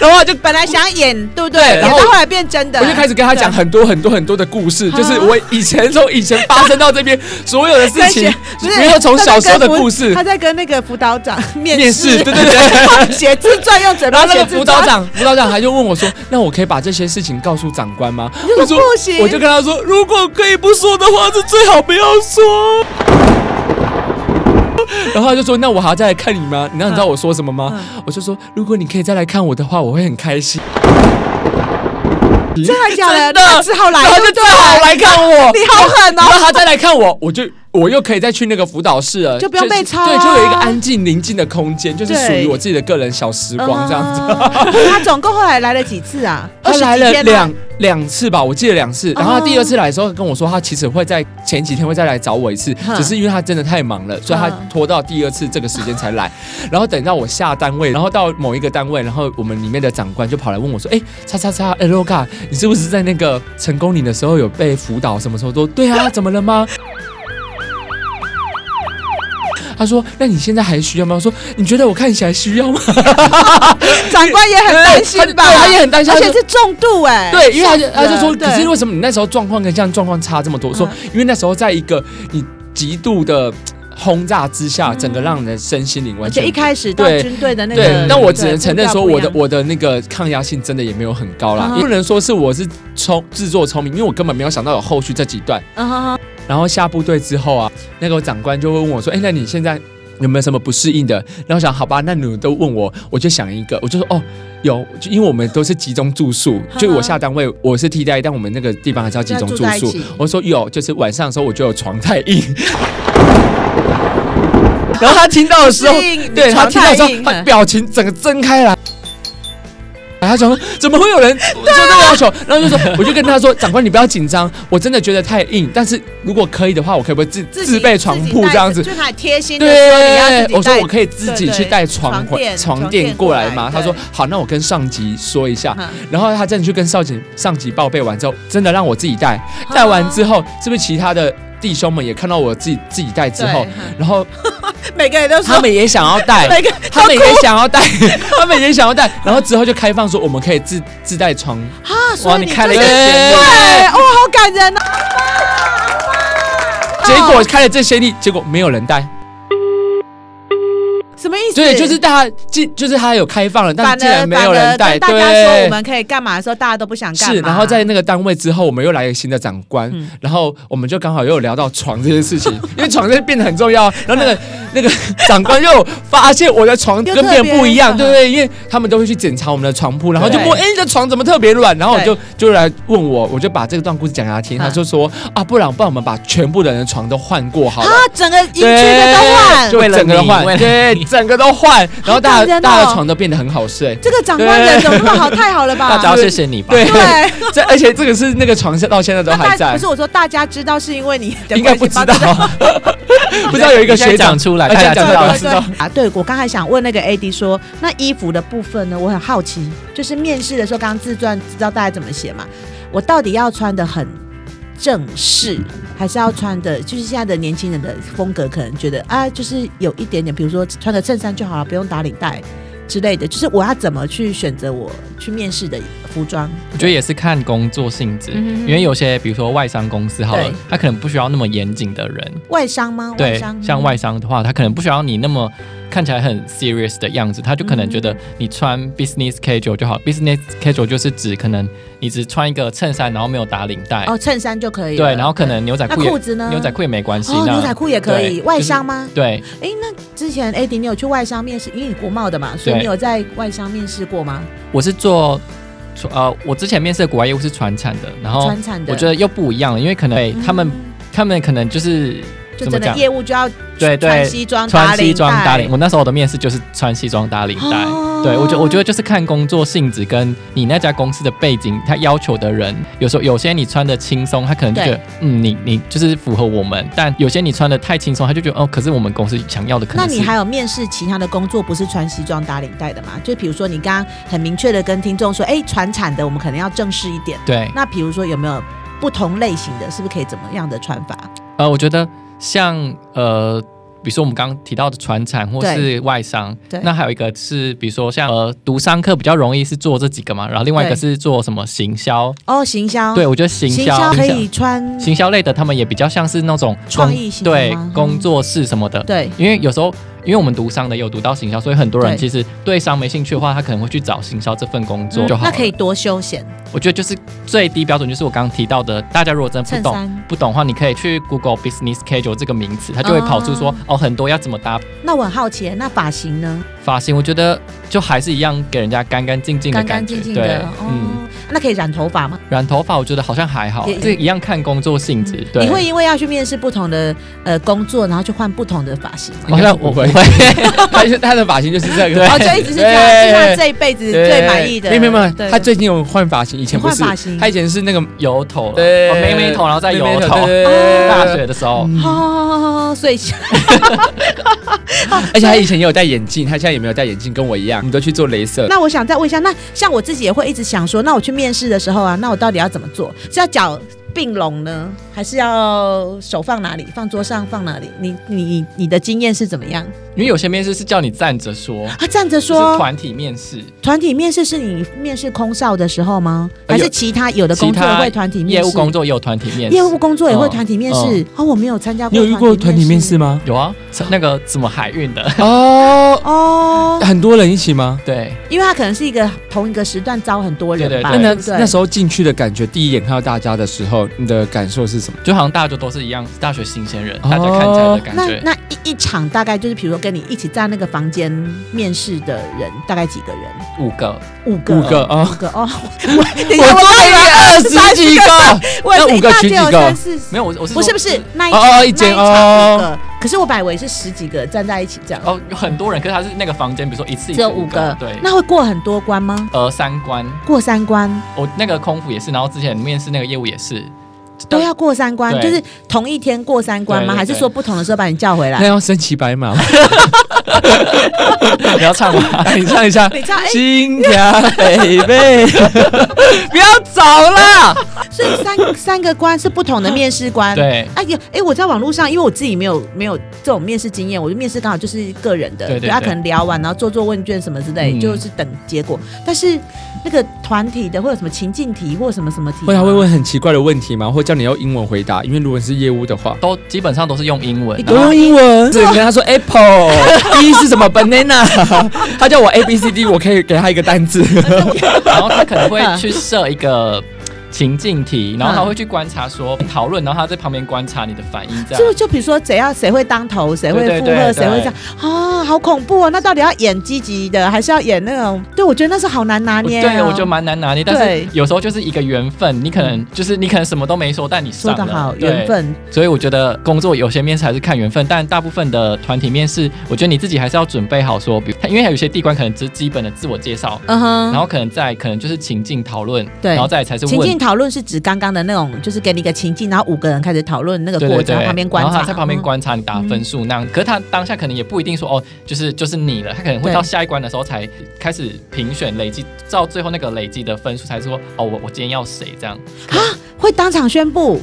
Speaker 2: 然后他就
Speaker 1: 本来想演，对不
Speaker 2: 对
Speaker 1: 演
Speaker 2: 然后
Speaker 1: 到后来变真的。
Speaker 2: 我就开始跟他讲
Speaker 1: 对啊
Speaker 2: 很多很多很多的故事，就是我以前从以前发生到这边所有的 事情
Speaker 1: 在写，不是
Speaker 2: 没有从小时候
Speaker 1: 他
Speaker 2: 的
Speaker 1: 在跟辅
Speaker 2: 故事
Speaker 1: 他在跟那个辅导长面
Speaker 2: 面试，
Speaker 1: 试，
Speaker 2: 对对对。
Speaker 1: 写自传用嘴
Speaker 2: 然
Speaker 1: 巴
Speaker 2: 后那
Speaker 1: 写
Speaker 2: 个
Speaker 1: 自
Speaker 2: 辅导
Speaker 1: 传。
Speaker 2: 长，辅导长还就问我说：“那我可以把这些事情告诉长官吗？”
Speaker 1: 你就
Speaker 2: 我
Speaker 1: 说
Speaker 2: 说
Speaker 1: 不行
Speaker 2: 我就跟他说：“如果可以不说的话，是最好不要说。”然后他就说：“那我还要再来看你吗？”你知道你知道我说什么
Speaker 1: 嗯
Speaker 2: 吗？我就说：“如果你可以再来看我的话，我会很开心。”
Speaker 1: 真的假的？
Speaker 2: 真的
Speaker 1: 那只好来，
Speaker 2: 然后
Speaker 1: 对
Speaker 2: 就
Speaker 1: 不对
Speaker 2: 最好来看我，
Speaker 1: 你好狠哦
Speaker 2: 然后他再来看我，我就我又可以再去那个辅导室了，
Speaker 1: 就不用被抄啊
Speaker 2: 对，就有一个安静宁静的空间，就是属于
Speaker 1: 对嗯
Speaker 2: 我自己的个人小时光这样子。
Speaker 1: 子。哦 他总共后来来了几次啊？
Speaker 2: 他
Speaker 1: 20
Speaker 2: 来
Speaker 1: 几
Speaker 2: 了
Speaker 1: 天吗
Speaker 2: 两两次吧，我记得两次。然后
Speaker 1: 哦
Speaker 2: 他第二次来的时候跟我说，他其实会在前几天会再来找我一次
Speaker 1: 哼，
Speaker 2: 只是因为他真的太忙了，所以他
Speaker 1: 嗯
Speaker 2: 拖到第二次这个时间才来。然后等到我下单位，然后到某一个单位，然后我们里面的长官就跑来问我说：“哎，叉叉叉，哎 l o g a 你是不是在那个成功岭的时候有被辅导？什么时候都对啊？怎么了吗？” 他说：“那你现在还需要吗？”我说：“你觉得我看起来需要吗
Speaker 1: 长官也很担心吧？
Speaker 2: 他对他也很担心
Speaker 1: 而
Speaker 2: 他
Speaker 1: 且
Speaker 2: 就是
Speaker 1: 重度哎、？”
Speaker 2: 对，因为他就他就说，
Speaker 1: 对
Speaker 2: 可是为什么你那时候状况跟现在状况差这么多？我说
Speaker 1: 嗯，
Speaker 2: 因为那时候在一个你极度的轰炸之下，整个让人的身心灵
Speaker 1: 嗯而
Speaker 2: 完全
Speaker 1: 且一开始到
Speaker 2: 对
Speaker 1: 军队的那个，
Speaker 2: 对，但我只
Speaker 1: 对
Speaker 2: 能承认说，
Speaker 1: 步
Speaker 2: 我
Speaker 1: 调
Speaker 2: 的
Speaker 1: 不一样
Speaker 2: 我的那个抗压性真的也没有很高啦，
Speaker 1: 嗯
Speaker 2: 也不能说是我是聪自作聪明，因为我根本没有想到有后续这几段。
Speaker 1: 嗯哼哼
Speaker 2: 然后下部队之后啊，那个长官就会问我说：“哎，那你现在有没有什么不适应的？然后想，好吧，那你们都问我，我就想一个，我就说哦，有，就因为我们都是集中 住宿，就我下单位我是替代，但我们那个地方还是要集中住
Speaker 1: 要住在一
Speaker 2: 宿
Speaker 1: 起。
Speaker 2: 我说有，就是晚上的时候我就有床太 硬。然后他听到的时候
Speaker 1: 不适应，
Speaker 2: 对
Speaker 1: 你床
Speaker 2: 他听到的时候
Speaker 1: 太硬，
Speaker 2: 他
Speaker 1: 嗯
Speaker 2: 表情整个睁开来。然哎后他想说，怎么会 有人就这
Speaker 1: 啊
Speaker 2: 个要求？然后就说，我就跟他说，长官你不要紧张，我真的觉得太硬，但是如果可以的话，我可不可以自
Speaker 1: 自己
Speaker 2: 自备床铺这样子？
Speaker 1: 自己带着就还贴心的说你要
Speaker 2: 对
Speaker 1: 自，己
Speaker 2: 我说
Speaker 1: 带
Speaker 2: 我可以自己去带
Speaker 1: 对
Speaker 2: 床
Speaker 1: 对
Speaker 2: 回床
Speaker 1: 床
Speaker 2: 垫
Speaker 1: 垫
Speaker 2: 过
Speaker 1: 过
Speaker 2: 来
Speaker 1: 来
Speaker 2: 吗？
Speaker 1: 对
Speaker 2: 他说好，那我跟上级说一下。
Speaker 1: 嗯
Speaker 2: 然后他真的去跟上级上级报备完之后，真的让我自己带。
Speaker 1: 啊
Speaker 2: 带完之后，是不是其他的弟兄们也看到我自己自己带之
Speaker 1: 对，
Speaker 2: 后
Speaker 1: 嗯
Speaker 2: 然后
Speaker 1: 每个人都
Speaker 2: 他
Speaker 1: 说
Speaker 2: 们也想要带，
Speaker 1: 每个
Speaker 2: 他们也想要带， 他们也想要带。然后之后就开放说我们可以自自带床。
Speaker 1: 啊，所以
Speaker 3: 你开了一个
Speaker 1: 就是
Speaker 2: 先例
Speaker 1: 对，哇，好感人哦。哦
Speaker 2: 结果开了这些例，结果没有人带。
Speaker 1: 什么意思？
Speaker 2: 对，就是大家进，就是他有开放了，但
Speaker 1: 反
Speaker 2: 竟然
Speaker 1: 而
Speaker 2: 没有人
Speaker 1: 反而
Speaker 2: 带。
Speaker 1: 当大家说我
Speaker 2: 对。
Speaker 1: 们可以干嘛的时候，大家都不想干嘛。
Speaker 2: 是，然后在那个单位之后，我们又来一个新的长官，
Speaker 1: 嗯
Speaker 2: 然后我们就刚好又有聊到床这件 事情，因为床这变得很重要。然后那个那个长官又发现我的床跟别人不一样，
Speaker 1: 又特别
Speaker 2: 对不对？因为他们都会去检查我们的床铺，然后就
Speaker 1: 对
Speaker 2: 问：“哎，你的床怎么特别软？”然后我就就来问我，我就把这段故事讲给他听，
Speaker 1: 嗯
Speaker 2: 他就说：“啊，不然不然我们把全部的人的床都换过好了。”
Speaker 1: 啊，整个营区的都换。
Speaker 2: 就
Speaker 3: 为了
Speaker 2: 整个都
Speaker 3: 你
Speaker 2: 换
Speaker 3: 为，了
Speaker 2: 对，整个都换，然后大
Speaker 1: 好感
Speaker 2: 家
Speaker 1: 人哦
Speaker 2: 大家的床都变得很好睡。
Speaker 1: 这个长官人怎么那么好？太好了 吧！
Speaker 3: 大家要谢谢你吧。
Speaker 2: 对
Speaker 1: 对，
Speaker 2: 这而且这个是那个床是到现在都
Speaker 1: 那
Speaker 2: 还
Speaker 1: 大家
Speaker 2: 在
Speaker 1: 不是，我说大家知道是因为你的
Speaker 2: 应该不
Speaker 1: 关
Speaker 2: 知
Speaker 1: 系吧
Speaker 2: 道， 不知道有一个学长
Speaker 3: 讲出来，
Speaker 2: 哎
Speaker 3: 大家
Speaker 2: 讲
Speaker 3: 知
Speaker 2: 出来
Speaker 3: 道
Speaker 1: 对。对对啊，对我刚才想问那个 AD 说，那衣服的部分呢？我很好奇，就是面试的时候，刚刚自传知道大家怎么写嘛？我到底要穿的很正式，还是要穿的？就是现在的年轻人的风格，可能觉得啊，就是有一点点，比如说穿个衬衫就好了，不用打领带之类的。就是我要怎么去选择我去面试的服装？
Speaker 3: 我觉得也是看工作性质，
Speaker 1: 嗯哼哼
Speaker 3: 因为有些比如说外商公司好了
Speaker 1: 对，
Speaker 3: 他可能不需要那么严谨的人。
Speaker 1: 外商嗯吗？外
Speaker 3: 对
Speaker 1: 商，
Speaker 3: 像外商的话，他可能不需要你那么看起来很 serious 的样子，他就可能觉
Speaker 1: 嗯
Speaker 3: 得你穿 business casual 就好。business casual 就是指可能你只穿一个衬衫，然后没有打领带，
Speaker 1: 哦，衬衫就可以了。
Speaker 3: 对，然后可能牛仔
Speaker 1: 那
Speaker 3: 裤也
Speaker 1: 裤子呢？
Speaker 3: 牛仔裤也没关系，
Speaker 1: 哦，
Speaker 3: 那
Speaker 1: 牛仔裤也可以，
Speaker 3: 对
Speaker 1: 外商吗？
Speaker 3: 对，
Speaker 1: 哎，那之前 AD 你有去外商面试，因为你国贸的嘛，所以
Speaker 3: 对
Speaker 1: 你有在外商面试过吗？
Speaker 3: 我是做。呃，我之前面试的国外业务是传产的，然后
Speaker 1: 传产的，
Speaker 3: 哦我觉得又不一样了，因为可能对
Speaker 1: 嗯
Speaker 3: 他们他们可能就是
Speaker 1: 就真
Speaker 3: 怎么
Speaker 1: 的
Speaker 3: 讲
Speaker 1: 业务就要
Speaker 3: 对对
Speaker 1: 穿西装打
Speaker 3: 穿
Speaker 1: 领带
Speaker 3: 西装打领，我那时候的面试就是穿西装打领带。
Speaker 1: 哦
Speaker 3: 对我觉我觉得就是看工作性质跟你那家公司的背景，他要求的人，有时候有些你穿的轻松，他可能就觉得嗯你你就是符合我们，但有些你穿的太轻松，他就觉得哦，可是我们公司想要的可
Speaker 1: 那
Speaker 3: 能
Speaker 1: 你
Speaker 3: 是。
Speaker 1: 还有面试其他的工作不是穿西装打领带的吗？就比如说你刚刚很明确的跟听众说，哎，传产的我们可能要正式一点。
Speaker 3: 对，
Speaker 1: 那比如说有没有不同类型的，是不是可以怎么样的穿法？
Speaker 3: 呃，我觉得像呃，比如说我们刚刚提到的船产或是外商
Speaker 1: 对，
Speaker 3: 那还有一个是比如说像呃，读商科比较容易是做这几个嘛，然后另外一个
Speaker 1: 对
Speaker 3: 是做什么行销，
Speaker 1: 哦，行销，
Speaker 3: 对，我觉得行
Speaker 1: 行
Speaker 3: 销
Speaker 1: 可以穿，
Speaker 3: 行销类的，他们也比较像是那种工
Speaker 1: 创意型的
Speaker 3: 对
Speaker 1: 吗嗯
Speaker 3: 工作室什么的。
Speaker 1: 对，
Speaker 3: 因为有时候，因为我们读商的有读到行销，所以很多人
Speaker 1: 对
Speaker 3: 其实对商没兴趣的话，他可能会去找行销这份工作
Speaker 1: 嗯
Speaker 3: 就好了。
Speaker 1: 那可以多休闲，
Speaker 3: 我觉得就是最低标准，就是我刚刚提到的，大家如果真的不
Speaker 1: 衬
Speaker 3: 懂。
Speaker 1: 衫。
Speaker 3: 不懂的话，你可以去 Google Business Schedule 这个名词，它就会跑出说
Speaker 1: 啊
Speaker 3: 哦，很多要怎么搭
Speaker 1: 那我很好奇，那发型呢？
Speaker 3: 发型。我觉得就还是一样，给人家干干净净的
Speaker 1: 干
Speaker 3: 感
Speaker 1: 干
Speaker 3: 觉。
Speaker 1: 净净
Speaker 3: 对
Speaker 1: 的，哦、
Speaker 3: 嗯，
Speaker 1: 那可以染头发吗？
Speaker 3: 染头发我觉得好像还好，
Speaker 1: 也
Speaker 3: 这一样看工作性质。对，
Speaker 1: 你会因为要去面试不同的呃工作，然后去换不同的发型吗？
Speaker 3: 好像我
Speaker 2: 应
Speaker 3: 不
Speaker 2: 该是不会
Speaker 3: 会。
Speaker 2: 他他的发型就是这个
Speaker 3: 对
Speaker 1: 然哦后就一直是这样，是他这一辈子
Speaker 2: 对
Speaker 1: 最满意的。
Speaker 2: 哎没有没有没有，
Speaker 1: 对
Speaker 2: 他最近有换发型，以前不是
Speaker 1: 换发型，
Speaker 2: 他以前是那个
Speaker 3: 油头了，
Speaker 2: 对
Speaker 3: 哦妹妹头，然后再油
Speaker 2: 妹妹
Speaker 3: 头。
Speaker 2: 对对
Speaker 1: 哦
Speaker 2: 对
Speaker 3: 大学的时候，
Speaker 1: 好好好好好，所以
Speaker 2: 而且他以前也有戴眼镜，他现在也没有戴眼镜，跟我一样，我们都去做镭射。
Speaker 1: 那我想再问一下，那像我自己也会一直想说，那我去面试的时候啊，那我到底要怎么做？是要脚并拢呢，还是要手放哪里？放桌上，放哪里？你你你的经验是怎么样？
Speaker 3: 因为有些面试是叫你站着说，
Speaker 1: 啊，站着
Speaker 3: 就是
Speaker 1: 说。
Speaker 3: 团体面试，
Speaker 1: 团体面试是你面试空少的时候吗？还
Speaker 3: 呃有
Speaker 1: 是其他有的
Speaker 3: 其
Speaker 1: 工作
Speaker 3: 他
Speaker 1: 会团体面
Speaker 3: 业
Speaker 1: 试？
Speaker 3: 务工作也有团体面试，
Speaker 1: 业务工作也会团体面试
Speaker 3: 嗯
Speaker 1: 哦，我没有参加过。
Speaker 2: 你有遇过团体面试
Speaker 1: 吗？
Speaker 2: 吗？
Speaker 3: 有啊，那个什么海 运的，
Speaker 2: 哦，
Speaker 1: 哦，
Speaker 2: 很多人一起吗？
Speaker 3: 对，
Speaker 1: 因为他可能是一个同一个时段招很多人吧。
Speaker 3: 对
Speaker 1: 对
Speaker 2: 那
Speaker 1: 不对
Speaker 2: 那时候进去的感觉，第一眼看到大家的时候，有你的感受是什么？
Speaker 3: 就好像大家就都是一样，大学新鲜人，
Speaker 2: 哦
Speaker 3: 大家看起来的感
Speaker 1: 那
Speaker 3: 觉。
Speaker 1: 那一一场大概就是，比如说跟你一起在那个房间面试的人，大概几个人？
Speaker 3: 五个，
Speaker 1: 五个，
Speaker 2: 五个啊
Speaker 1: 五，个 哦。我等一
Speaker 2: 我
Speaker 1: 下
Speaker 2: 终于二十几个，
Speaker 1: 我
Speaker 2: 那
Speaker 1: 一
Speaker 2: 五个
Speaker 1: 大
Speaker 2: 取
Speaker 1: 概有
Speaker 2: 几个
Speaker 1: 三四十
Speaker 3: 没有我我是
Speaker 1: 不是
Speaker 3: 说
Speaker 1: 不是那一
Speaker 2: 哦哦
Speaker 1: 那
Speaker 2: 一
Speaker 1: 一
Speaker 2: 间
Speaker 1: 场
Speaker 2: 哦
Speaker 1: 五个，可是我本来以为是十几个站在一起这样，
Speaker 3: 哦，有很多人，可是他是那个房间，比如说一次
Speaker 1: 只有
Speaker 3: 五
Speaker 1: 五个，
Speaker 3: 对，
Speaker 1: 那会过很多关吗？
Speaker 3: 呃三关，
Speaker 1: 过三关
Speaker 3: 我那个空腹也是，然后之前面试那个业务也 是，
Speaker 1: 都要过三关，
Speaker 3: 对
Speaker 1: 就是同一天过三关吗？
Speaker 3: 对对
Speaker 1: 还是
Speaker 3: 对
Speaker 1: 说不同的时候把你叫回
Speaker 2: 那
Speaker 1: 来？
Speaker 2: 要身骑白马吗？
Speaker 3: 你要唱吗？
Speaker 2: 来，你唱一下。
Speaker 1: 你知道，哎、
Speaker 2: 心跳北北，不要走啦！
Speaker 1: 所以三三个关是不同的面试官。。
Speaker 3: 对
Speaker 1: 哎呀，哎，我在网络上，因为我自己没有没有这种面试经验，我就面试刚好就是个人的，
Speaker 3: 对对对
Speaker 1: 他可能聊完，然后做做问卷什么之类，
Speaker 3: 嗯
Speaker 1: 就是等结果。但是那个团体的会有什么情境题或什么什么题吗？
Speaker 3: 啊
Speaker 2: 会他会问很奇怪的问题吗？或叫你要英文回答？因为如果是业务的话，
Speaker 3: 都基本上都是用英文
Speaker 1: 你，
Speaker 3: 然
Speaker 2: 都
Speaker 3: 后
Speaker 2: 用英文。只能跟他说 apple，B 是什么 banana，他 叫我 A B C D，我可以给他一个单字。
Speaker 3: 然后他可能会去设一个情境题，然后他会去观察说讨论，然后他在旁边观察你的反应，这
Speaker 1: 就
Speaker 3: 样
Speaker 1: 就比如说谁要谁会当头，谁会
Speaker 3: 对对
Speaker 1: 附
Speaker 3: 对
Speaker 1: 和，
Speaker 3: 对
Speaker 1: 谁会这样啊，好恐怖哦！那到底要演积极的，还是要演那种？对，我觉得那是好难拿
Speaker 3: 我
Speaker 1: 捏、哦。
Speaker 3: 对我觉得蛮难拿捏，但是
Speaker 1: 对
Speaker 3: 有时候就是一个缘分，你可能就是你可能什么都没说，但你
Speaker 1: 说
Speaker 3: 上
Speaker 1: 得
Speaker 3: 了
Speaker 1: 好，
Speaker 3: 对
Speaker 1: 缘分。
Speaker 3: 所以我觉得工作有些面试还是看缘分，但大部分的团体面试，我觉得你自己还是要准备好说，比如因为有些地关可能只是基本的自我介绍，
Speaker 1: 嗯哼，
Speaker 3: 然后可能再可能就是情境讨论，
Speaker 1: 对
Speaker 3: 然后再来才是
Speaker 1: 情境
Speaker 3: 问。
Speaker 1: 讨论是指刚刚的那种，就是给你一个情境，然后五个人开始讨论那个
Speaker 3: 对
Speaker 1: 过
Speaker 3: 对
Speaker 1: 程，
Speaker 3: 对，
Speaker 1: 然后旁边观
Speaker 3: 然
Speaker 1: 察，嗯
Speaker 3: 后他在旁边观察你打分数那样，可是他当下可能也不一定说哦，就是就是你了，他可能会
Speaker 1: 对
Speaker 3: 到下一关的时候才开始评选累积，到最后那个累积的分数才说哦，我我今天要谁这样。
Speaker 1: 嗯，会当场宣布。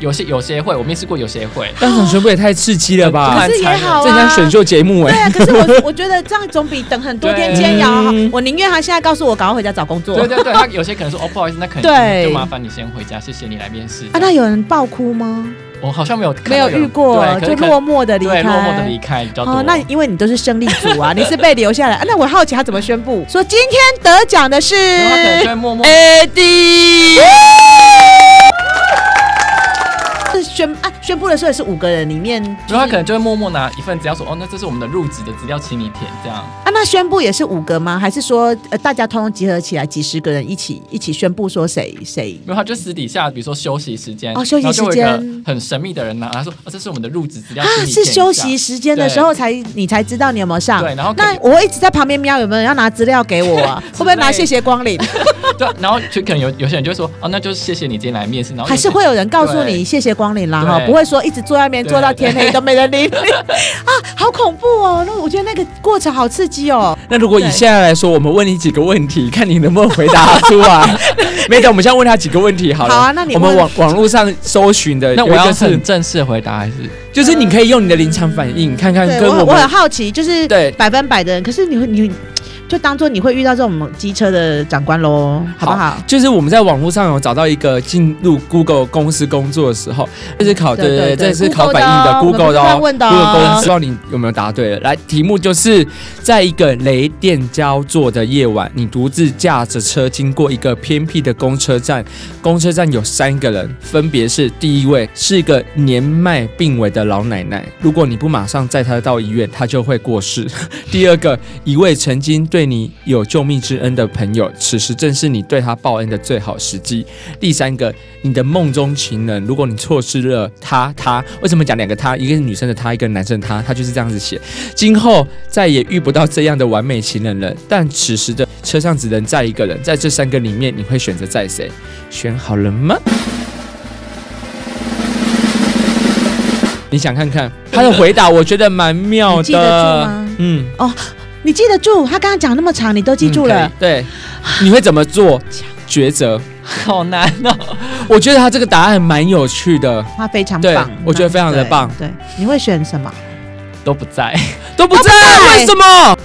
Speaker 3: 有些有些会，我面试过，有些会，
Speaker 2: 当场宣布也太刺激了吧
Speaker 1: 可
Speaker 3: 蛮？
Speaker 1: 是也
Speaker 3: 残忍
Speaker 1: 好
Speaker 2: 这很像
Speaker 1: 啊，
Speaker 2: 选秀节目
Speaker 1: 对
Speaker 2: 哎、
Speaker 1: 啊，可是我我觉得这样总比等很多 天煎熬好
Speaker 2: 对。
Speaker 1: 我宁愿他现在告诉我，赶快回家找工作。
Speaker 3: 对对对，他有些可能说哦不好意思，那可能
Speaker 1: 对
Speaker 3: 就就麻烦你先回家，谢谢你来面试。
Speaker 1: 啊，那有人爆哭吗？
Speaker 3: 我好像没有看到
Speaker 1: 没有遇过
Speaker 3: 人，对，
Speaker 1: 就
Speaker 3: 可是
Speaker 1: 落寞的离开，
Speaker 3: 对落寞的离开比较多。
Speaker 1: 哦，那因为你都是胜利组 啊，你是被留下来、啊。那我好奇他怎么宣布说今天得奖的是
Speaker 3: 然后他可能就会默默
Speaker 1: AD。是宣啊，宣布的时候也是五个人里面，就
Speaker 3: 然后他
Speaker 1: 是
Speaker 3: 可能就会默默拿一份资料说，哦，那这是我们的入职的资料，请你填这样。
Speaker 1: 啊，那宣布也是五个吗？还是说呃大家通通集合起来几十个人一起一起宣布说谁谁？
Speaker 3: 然后他就私底下，比如说休息时间，
Speaker 1: 哦休息
Speaker 3: 然后就有
Speaker 1: 时间
Speaker 3: 一个很神秘的人拿，他说，哦，这是我们的入职资料，
Speaker 1: 啊
Speaker 3: 请，你填
Speaker 1: 是
Speaker 3: 一下
Speaker 1: 休息时间的时候才你才知道你有没有上。
Speaker 3: 对，然后可
Speaker 1: 那
Speaker 3: 能
Speaker 1: 我一直在旁边瞄有没有人要拿资料给我 啊，会不会拿
Speaker 3: 之类
Speaker 1: 谢谢光临？
Speaker 3: 对，啊然后就可能有有些人就会说，哦，那就谢谢你今天来面试，然后
Speaker 1: 还是
Speaker 3: 有些
Speaker 1: 会有人告诉你
Speaker 3: 对
Speaker 1: 谢谢光临啦
Speaker 3: 对
Speaker 1: 哈，不会说一直坐在那边
Speaker 3: 对
Speaker 1: 坐到天黑都没 人理你啊，好恐怖哦！那我觉得那个过程好刺激 哦。
Speaker 2: 那如果以现在来说，我们问你几个问题，看你能不能回答出来。没等我们现在问他几个问题好了。
Speaker 1: 好啊那你
Speaker 2: 我们
Speaker 1: 问
Speaker 2: 网网络上搜寻的，
Speaker 3: 那我要
Speaker 2: 是
Speaker 3: 很正式地回答还是？
Speaker 2: 就是你可以用你的临场反应看看
Speaker 1: 对
Speaker 2: 跟
Speaker 1: 我
Speaker 2: 我
Speaker 1: 我很
Speaker 2: 们
Speaker 1: 好奇，就是
Speaker 2: 对
Speaker 1: 百分百的人，可是你会你就当做你会遇到这种机车的长官喽，好不好？
Speaker 2: 就是我们在网络上有找到一个进入 Google 公司工作的时候，这是考
Speaker 1: 对
Speaker 2: 对
Speaker 1: 对
Speaker 2: 对，
Speaker 1: 对
Speaker 2: 这是考
Speaker 1: Google
Speaker 2: 反应
Speaker 1: 的哦
Speaker 2: 的 Google 的
Speaker 1: 我们不是
Speaker 2: 哦
Speaker 1: 乱问的哦
Speaker 2: Google 公司，不知道你有没有答对了。来，题目就是在一个雷电交错的夜晚，你独自驾着车经过一个偏僻的公车站，公车站有三个人，分别是第一位是一个年迈病危的老奶奶，如果你不马上载她到医院，她就会过世。第二个，一位曾经对你有救命之恩的朋友，此时正是你对他报恩的最好时机。第三个，你的梦中情人，如果你错失了他，他为什么讲两个他？一个是女生的他，一个男生的他，他就是这样子写。今后再也遇不到这样的完美情人了。但此时的车上只能载一个人，在这三个里面，你会选择载谁？选好 了吗？你想看看他的回答，我觉得蛮妙
Speaker 1: 你
Speaker 2: 的。
Speaker 1: 记得住吗哦
Speaker 2: 嗯，
Speaker 1: 你记得住他刚刚讲那么长，你都记住了
Speaker 2: 嗯。可以对，你会怎么做抉择？
Speaker 3: 好难哦，
Speaker 2: 我觉得他这个答案蛮有趣的，
Speaker 1: 他非常
Speaker 2: 对
Speaker 1: 棒，
Speaker 2: 我觉得非常的
Speaker 1: 对
Speaker 2: 棒
Speaker 1: 对，你会选什么？
Speaker 3: 都不在。 哦
Speaker 2: 都不在，为什么？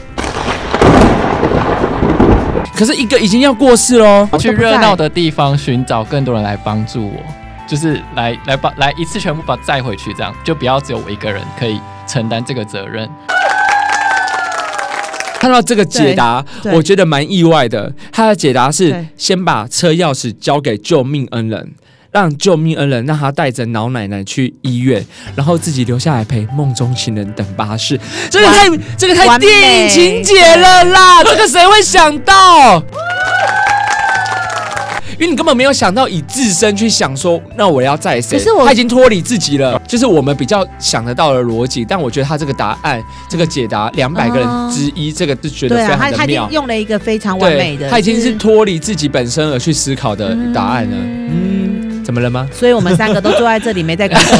Speaker 2: 可是一个已经要过世喽，
Speaker 1: 哦
Speaker 3: 去
Speaker 1: 都不在
Speaker 3: 热闹的地方寻找更多人来帮助我，就是来来把来一次全部把载回去，这样就不要只有我一个人可以承担这个责任。
Speaker 2: 看到这个解答，
Speaker 1: 对对
Speaker 2: 我觉得蛮意外的。他的解答是
Speaker 1: 对
Speaker 2: 先把车钥匙交给救命恩人，让救命恩人让他带着老奶奶去医院，然后自己留下来陪梦中情人等巴士。这个太这个太
Speaker 1: 完美
Speaker 2: 电影情节了啦， 这个谁会想到？因为你根本没有想到以自身去想说，那我要载谁？
Speaker 1: 可是我
Speaker 2: 他已经脱离自己了，就是我们比较想得到的逻辑。但我觉得他这个答案，这个解答，两百个人之一，这个就觉得
Speaker 1: 对
Speaker 2: 非
Speaker 1: 啊，他
Speaker 2: 常
Speaker 1: 他
Speaker 2: 的
Speaker 1: 已
Speaker 2: 妙
Speaker 1: 经。用了一个非常完美
Speaker 2: 对
Speaker 1: 的，，
Speaker 2: 他已经是
Speaker 1: 就
Speaker 2: 脱离自己本身而去思考的答案了。
Speaker 1: 嗯
Speaker 2: 嗯，怎么了吗？
Speaker 1: 所以我们三个都坐在这里没在工 作。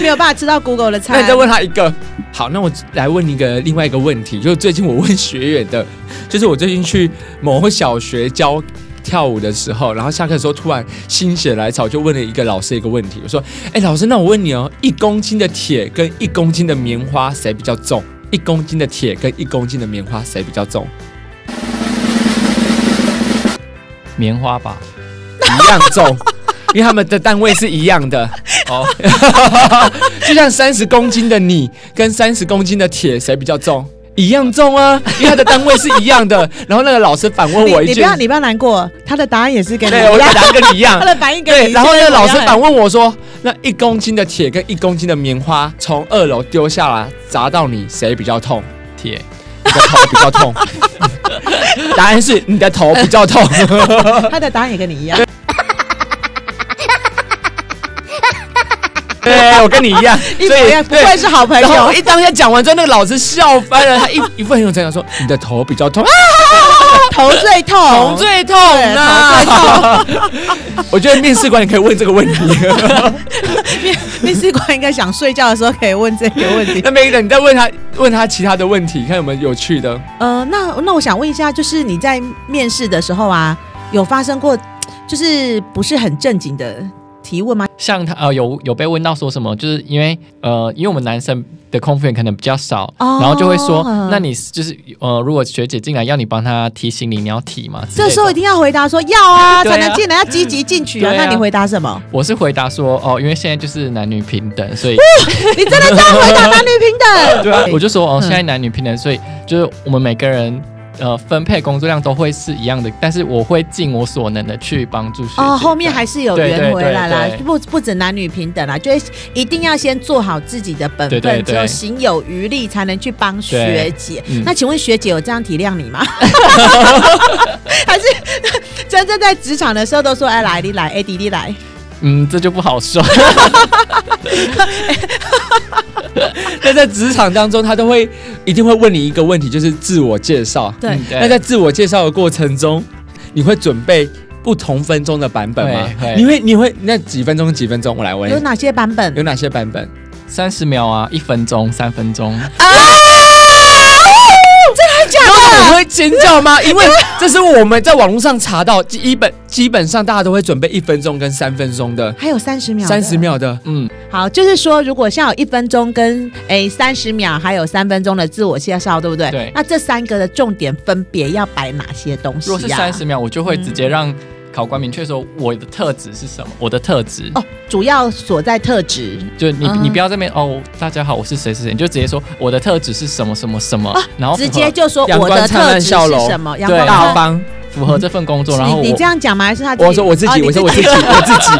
Speaker 1: 没有办法吃到 Google 的
Speaker 2: 那
Speaker 1: 菜
Speaker 2: 你再。问他一个。好，那我来问你一个另外一个问题，就是最近我问学员的， 就是我最近去某小学教跳舞的时候，然后下课的时候突然心血来潮，就问了一个老师一个问题，我说：“哎、老师，那我问你哦，一公斤的铁跟一公斤的棉花谁比较重？一公斤的铁跟一公斤的棉花谁比较重？
Speaker 3: 棉花吧。
Speaker 2: 一样重。” 因为他们的单位是一样的，
Speaker 3: 哦，
Speaker 2: 就像三十公斤的你跟三十公斤的铁，谁比较重？一样重啊，因为它的单位是一 样的。然后那个老师反问
Speaker 1: 你
Speaker 2: 我一
Speaker 1: 你不
Speaker 2: 句，
Speaker 1: 要你不要难过，他的答案也是跟你
Speaker 2: 对我
Speaker 1: 一样，
Speaker 2: 答跟你一样
Speaker 1: 他。的反 应跟你
Speaker 2: 对，然后那个老师
Speaker 1: 一模
Speaker 2: 反问我说：“那一公斤的铁跟一公斤的棉花从二楼丢下来砸到你，谁比较痛？
Speaker 3: 铁
Speaker 2: 你的头比 较痛。嗯”答案是你的头比较痛。
Speaker 1: 一 样，他的答案也跟你一样。
Speaker 2: 对，我跟你一样，
Speaker 1: 一
Speaker 2: 所
Speaker 1: 模一样，
Speaker 2: 以
Speaker 1: 不愧
Speaker 2: 对。
Speaker 1: 是好朋
Speaker 2: 然后
Speaker 1: 友
Speaker 2: 我。一当下讲完之后，那个老师笑翻了， 他一一副很有成就感说：“你的头比较痛。”
Speaker 1: 头最啊痛， 啊
Speaker 2: 头最痛呐！我觉得面试官你可以问这个问 题。
Speaker 1: 面面试官应该想睡觉的时候可以问这个问 题。
Speaker 2: 那没等你再问他，问他其他的问题，看有没有有趣的。
Speaker 1: 呃，那那我想问一下，就是你在面试的时候啊，有发生过就是不是很正经的提问吗？
Speaker 3: 像他呃有有被问到说什么，就是因为呃因为我们男生的空服员可能比较少，
Speaker 1: 哦
Speaker 3: 然后就会说，那你就是呃如果学姐进来要你帮她提行李，你要提吗？之类
Speaker 1: 这
Speaker 3: 的
Speaker 1: 时候一定要回答说要啊，
Speaker 3: 对啊
Speaker 1: 才能进来，要积极进取啊。
Speaker 3: 对啊
Speaker 1: 那你回答什 么？
Speaker 3: 我是回答说哦，因为现在就是男女平等， 所以
Speaker 1: 你真的这样回答男女平等？
Speaker 3: 对啊，我就说哦，
Speaker 1: 嗯
Speaker 3: 现在男女平等，所以就是我们每个人呃分配工作量都会是一样的，但是我会尽我所能的去帮助学姐。
Speaker 1: 哦，后面还是有
Speaker 3: 对对
Speaker 1: 圆回来啦
Speaker 3: 对，对
Speaker 1: 不不止男女平等啦，啊就是一定要先做好自己的本
Speaker 3: 对对
Speaker 1: 分，
Speaker 3: 对
Speaker 1: 只有行有余力才能去帮学姐
Speaker 3: 对嗯。
Speaker 1: 那请问学姐有这样体谅你 吗？还是 真正在职场的时候都说，哎，来你来，哎，弟弟来，
Speaker 3: 嗯，这就不好说。
Speaker 2: 那在职场当中，他都会一定会问你一个问题，就是自我介绍。
Speaker 1: 对
Speaker 3: 嗯
Speaker 2: 那在自我介绍的过程中，你会准备不同分钟的版本吗
Speaker 3: 会会？
Speaker 2: 你会你会那几分钟几分钟？我来问
Speaker 1: 有。哪些版本
Speaker 2: 有？哪些版本？
Speaker 3: 三十秒啊，一分钟，三分钟，
Speaker 1: 假
Speaker 2: 你
Speaker 1: 啊的，
Speaker 2: 会尖叫 吗？因为这是我们在网络上查到，基本基本上大家都会准备一分钟跟三分钟的，
Speaker 1: 还有三十秒，
Speaker 2: 三十。秒的。
Speaker 3: 嗯，
Speaker 1: 好，就是说，如果像有一分钟跟诶三十秒，还有三分钟的自我介绍，对不对？
Speaker 3: 对
Speaker 1: 那这三个的重点分别要摆哪些东西、
Speaker 3: 如
Speaker 1: 呀？
Speaker 3: 果是三十秒，我就
Speaker 1: 嗯
Speaker 3: 会直接让考官明确说我的特质是什么，我的特质。
Speaker 1: 哦，主要所在特质
Speaker 3: 就你，
Speaker 1: 嗯
Speaker 3: 你不要这边哦，大家好，我是谁谁谁，你就直接说我的特质是什么什么什么，然后符
Speaker 1: 啊直
Speaker 3: 合
Speaker 1: 接就说
Speaker 2: 阳
Speaker 1: 我
Speaker 2: 光
Speaker 1: 的
Speaker 2: 灿
Speaker 1: 特
Speaker 2: 烂
Speaker 1: 质
Speaker 2: 笑
Speaker 1: 是
Speaker 2: 容
Speaker 1: 什么？阳
Speaker 3: 对
Speaker 1: 光
Speaker 2: 大
Speaker 1: 灿烂。
Speaker 2: 方。
Speaker 3: 符合这份工作，然后
Speaker 1: 嗯你你
Speaker 3: 我
Speaker 1: 这样讲吗？还是他自己？
Speaker 2: 我说我自己，
Speaker 1: 哦
Speaker 2: 我说 我自己，我自己。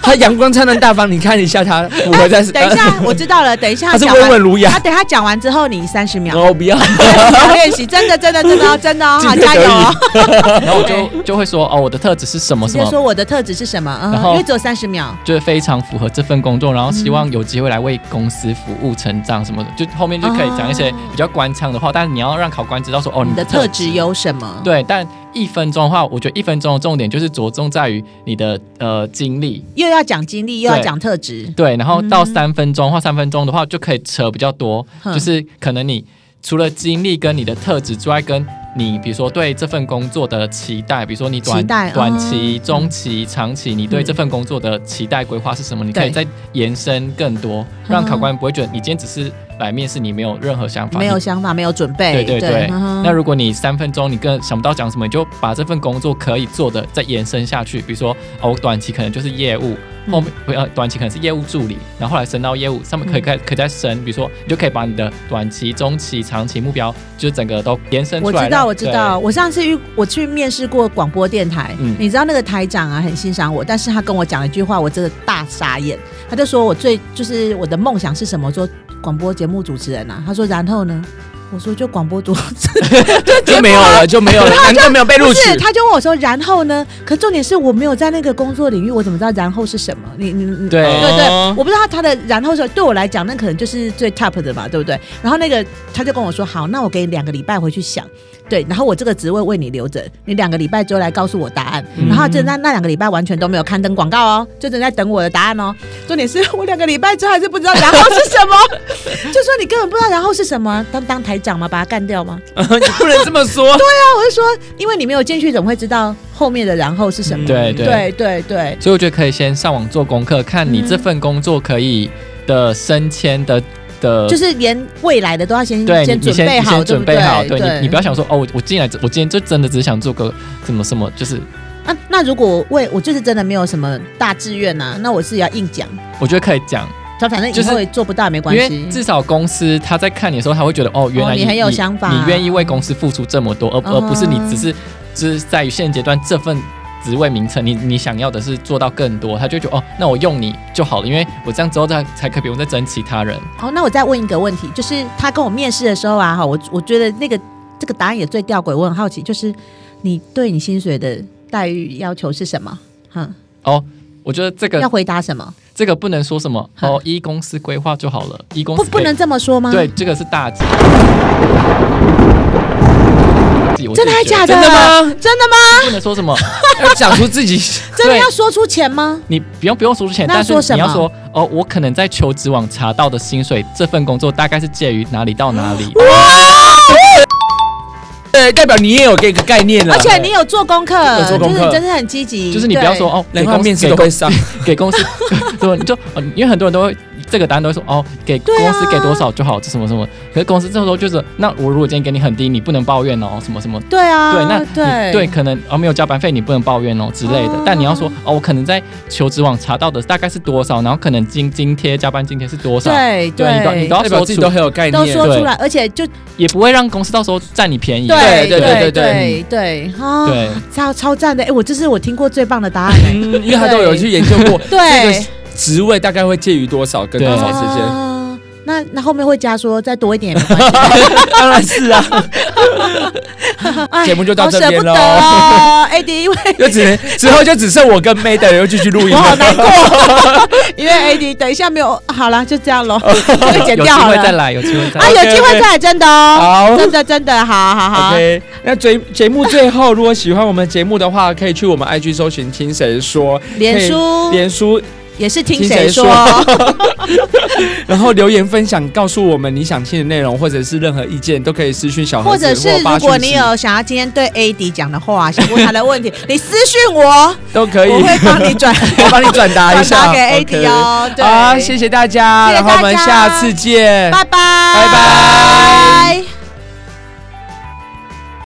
Speaker 2: 他阳光灿烂大方，你看一下他 符合在。
Speaker 1: 啊哎等一 下，我知道了。等一下
Speaker 2: 他是
Speaker 1: 讲
Speaker 2: 温
Speaker 1: 完，
Speaker 2: 文儒雅哦
Speaker 1: 他。等一下讲完之后，你三十秒
Speaker 2: 我不要，
Speaker 1: 练习，真的，真的，真的哦，真的哦， 好
Speaker 2: 尽力
Speaker 1: 加
Speaker 2: 而
Speaker 1: 油
Speaker 2: 已
Speaker 1: 哦！
Speaker 3: 然后我就就会说哦，我的特质是什么
Speaker 1: 直
Speaker 3: 什
Speaker 1: 接
Speaker 3: 么，
Speaker 1: 说我的特质是什么？嗯
Speaker 3: 然，后
Speaker 1: 因为只有三十秒。
Speaker 3: 就是非常符合这份工作，然后希望有机会来为公司服务、成长什么的，就后面就可以讲一些
Speaker 1: 哦
Speaker 3: 比较官腔的话，但是你要让考官知道说哦，
Speaker 1: 你
Speaker 3: 你
Speaker 1: 的特质。有什么？
Speaker 3: 对，但一分钟的话，我觉得一分钟的重点就是着重在于你的呃经历，
Speaker 1: 又要讲经历，又要
Speaker 3: 对
Speaker 1: 讲特质。
Speaker 3: 对，然后到
Speaker 1: 嗯
Speaker 3: 三分钟的话，三分钟的话就可以扯比较多，
Speaker 1: 哼
Speaker 3: 就是可能你除了经历跟你的特质之外，跟你比如说对这份工作的期待，比如说你短
Speaker 1: 期待
Speaker 3: 短
Speaker 1: 哦嗯
Speaker 3: 期、中期、长期，你对这份工作的期待规划是什么？你可以
Speaker 1: 对嗯
Speaker 3: 再延伸更多，让考官不会觉得你今天只是来面试，你没有任何想法，
Speaker 1: 没有
Speaker 3: 你。
Speaker 1: 想法，没有准备，
Speaker 3: 对对对，
Speaker 1: 嗯
Speaker 3: 那如果你三分钟你更想不到讲什么，你就把这份工作可以做的再延伸下去，比如说哦，我短期可能就是业务，
Speaker 1: 嗯
Speaker 3: 后面不要短期可能是业务助理，然后后来升到业务，上面可以
Speaker 1: 嗯
Speaker 3: 可以可以再升，比如说你就可以把你的短期、中期、长期目标，就是整个都延伸出
Speaker 1: 我
Speaker 3: 来。
Speaker 1: 知道，
Speaker 3: 让
Speaker 1: 我知道，，我上次遇我去面试过广播电台，
Speaker 3: 嗯
Speaker 1: 你知道那个台长啊，很欣赏我，但是他跟我讲了一句话，我真的大傻眼。他就说我最就是我的梦想是什么？我说广播节目主持人啊。他说然后呢？我说就广播主持人，
Speaker 2: 就没有了，就没有了，难怪没有被录
Speaker 1: 不
Speaker 2: 取。
Speaker 1: 是？他就问我说然后呢？可重点是我没有在那个工作领域，我怎么知道然后是什么？你你你
Speaker 3: 对
Speaker 1: 对对
Speaker 2: 哦，
Speaker 1: 我不知道他的然后说对我来讲，那可能就是最 top 的嘛，对不对？然后那个他就跟我说，好，那我给你两个礼拜回去想，对，然后我这个职位为你留着，你两个礼拜之后来告诉我答案。
Speaker 3: 嗯
Speaker 1: 然后真的那那两个礼拜完全都没有刊登广告哦，就正在等我的答案哦。 重
Speaker 3: 嗯
Speaker 1: 点是我两个礼拜之后还是不知道然后是什么，就说你根本不知道然后是什么，当当台长吗？把他干掉吗？
Speaker 2: 你不能这么说。
Speaker 1: 那我就说，
Speaker 3: 嗯
Speaker 1: 因为你没有进去，怎么会知道后面的然后是什么？
Speaker 3: 对对
Speaker 1: 对对对，
Speaker 3: 所以我觉得可以先上网做功课，看你这份工作可以的升迁的的，
Speaker 1: 就是连未来的都要先
Speaker 3: 呃对你你
Speaker 1: 准
Speaker 3: 先
Speaker 1: 备
Speaker 3: 你
Speaker 1: 好，
Speaker 3: 先
Speaker 1: 对
Speaker 3: 准
Speaker 1: 不
Speaker 3: 备
Speaker 1: 对？
Speaker 3: 好，对你你不要想说哦，我我进来我今天就真的只是想做个什么什么，就是
Speaker 1: 啊，那如果为我就是真的没有什么大志愿呐、那我是要硬讲，
Speaker 3: 我觉得可以讲，
Speaker 1: 他反正以
Speaker 3: 就是
Speaker 1: 后也做不到也没关
Speaker 3: 因
Speaker 1: 系
Speaker 3: 为。至少公司他在看你的时候，他会觉得哦，原来
Speaker 1: 哦你很有想法
Speaker 3: 你愿意为公司付出这么多，而、
Speaker 1: 嗯
Speaker 3: 而不是你只是只是在于现阶段这份。职位名称，你你想要的是做到更多，他就觉得哦，那我用你就好了，因为我这样之后才才可以不用再争其他人。
Speaker 1: 哦，那我再问一个问题，就是他跟我面试的时候啊，哈，我我觉得那个这个答案也最吊诡，我很好奇，就是你对你薪水的待遇要求是什么？哈、
Speaker 3: 哦，我觉得这个
Speaker 1: 要回答什么？
Speaker 3: 这个不能说什么
Speaker 1: 好
Speaker 3: 哦，依公司规划就好了，依公
Speaker 1: 不
Speaker 3: 司
Speaker 1: 不
Speaker 3: 规
Speaker 1: 能这么说吗？
Speaker 3: 对，，这个是大忌。我
Speaker 1: 真的
Speaker 3: 自
Speaker 1: 还
Speaker 3: 己觉
Speaker 1: 假
Speaker 3: 得
Speaker 1: 的？
Speaker 2: 真的吗？
Speaker 1: 真的吗？
Speaker 3: 不能说什么，
Speaker 2: 要讲出自己，
Speaker 1: 真的
Speaker 3: 对
Speaker 1: 要说出钱吗？
Speaker 3: 你不用不用说出钱，
Speaker 1: 那
Speaker 3: 但是
Speaker 1: 说什
Speaker 3: 你要
Speaker 1: 么
Speaker 3: 说哦，我可能在求职网查到的薪水，这份工作大概是介于哪里到哪里。
Speaker 2: 对，代表你也有这个概念了。
Speaker 3: 啊
Speaker 1: 而且你有做功课，
Speaker 2: 有做功课
Speaker 1: 就是你真的很积极，
Speaker 3: 就是你不要说
Speaker 1: 对。
Speaker 3: 哦，给
Speaker 2: 难怪
Speaker 3: 公
Speaker 2: 面
Speaker 3: 司
Speaker 2: 试
Speaker 3: 给
Speaker 2: 都
Speaker 3: 公
Speaker 2: 会
Speaker 3: 司
Speaker 2: 上。
Speaker 3: 给公司， 对，你就哦因为很多人都会这个答案都会说哦，给
Speaker 1: 对
Speaker 3: 公
Speaker 1: 啊
Speaker 3: 司给多少就好，这什么什么。可是公司这时候就是，那我如果今天给你很低，你不能抱怨哦，什么什么。
Speaker 1: 对啊，
Speaker 3: 对，那你
Speaker 1: 对
Speaker 3: 对，可能哦没有加班费，你不能抱怨哦之类的。
Speaker 1: 哦
Speaker 3: 但你要说哦，我可能在求职网查到的大概是多少，然后可能津津贴加班津贴是多少，
Speaker 1: 对
Speaker 3: 对你都你都要
Speaker 2: 代表自己都很有概
Speaker 1: 都
Speaker 2: 念，
Speaker 1: 说出
Speaker 3: 对
Speaker 1: 来，而且就
Speaker 3: 也不会让公司到时候占你便宜。
Speaker 1: 对
Speaker 2: 对
Speaker 1: 对
Speaker 2: 对
Speaker 1: 对对，哈，
Speaker 3: 对
Speaker 1: 超超赞的！哎，我这是我听过最棒的答案哎，
Speaker 2: 嗯，因为他都有去研究过这
Speaker 1: 对哎
Speaker 2: 个，职位大概会介于多少跟
Speaker 3: 对
Speaker 2: 多
Speaker 3: 多
Speaker 2: 少
Speaker 3: 少
Speaker 2: 之间。
Speaker 1: 啊那那后面会加说再多一 点也没关系，
Speaker 2: 当然是啊，
Speaker 1: 哎
Speaker 2: 节目就到
Speaker 1: 好
Speaker 2: 这
Speaker 1: 舍
Speaker 2: 边
Speaker 1: 不得
Speaker 2: 喽
Speaker 1: 哦，AD，因为
Speaker 2: 就只能之后就只剩我跟 May 的人又继续录音
Speaker 1: 我好
Speaker 2: 了。
Speaker 1: 难过， 因为 AD 等一下没有，好了，就这样喽，这个剪
Speaker 3: 有机
Speaker 1: 掉好
Speaker 3: 会再
Speaker 1: 了。
Speaker 3: 来，有机会再
Speaker 1: 啊，
Speaker 3: 来。
Speaker 1: 有机会
Speaker 2: OK，OK
Speaker 1: 再来，真的哦，
Speaker 2: 好
Speaker 1: 真的真的，好好好，
Speaker 2: OK，那最节目最后，如果喜欢我们节目的话，可以去我们 IG 搜寻“听谁说”，
Speaker 1: 脸书
Speaker 2: 脸书，
Speaker 1: 也是听
Speaker 2: 听
Speaker 1: 谁
Speaker 2: 谁
Speaker 1: 说，
Speaker 2: 然后留言分享，告诉我们你想听的内容，或者是任何意见，都可以私讯小
Speaker 1: 或
Speaker 2: 盒子
Speaker 1: 者是
Speaker 2: 发
Speaker 1: 如
Speaker 2: 讯
Speaker 1: 果你
Speaker 2: 息
Speaker 1: 有想要今天对 AD 讲的话，想问他的问题，你私讯我，
Speaker 2: 都 可以
Speaker 1: 我，会帮你 转
Speaker 2: 我帮你转达
Speaker 1: 转达
Speaker 2: 一下
Speaker 1: 给 AD。哦。
Speaker 2: OK
Speaker 1: 对，
Speaker 2: 好，谢谢大家，
Speaker 1: 谢谢
Speaker 2: 然后我
Speaker 1: 大
Speaker 2: 们
Speaker 1: 家
Speaker 2: 下次见，
Speaker 1: 拜拜，
Speaker 2: 拜拜。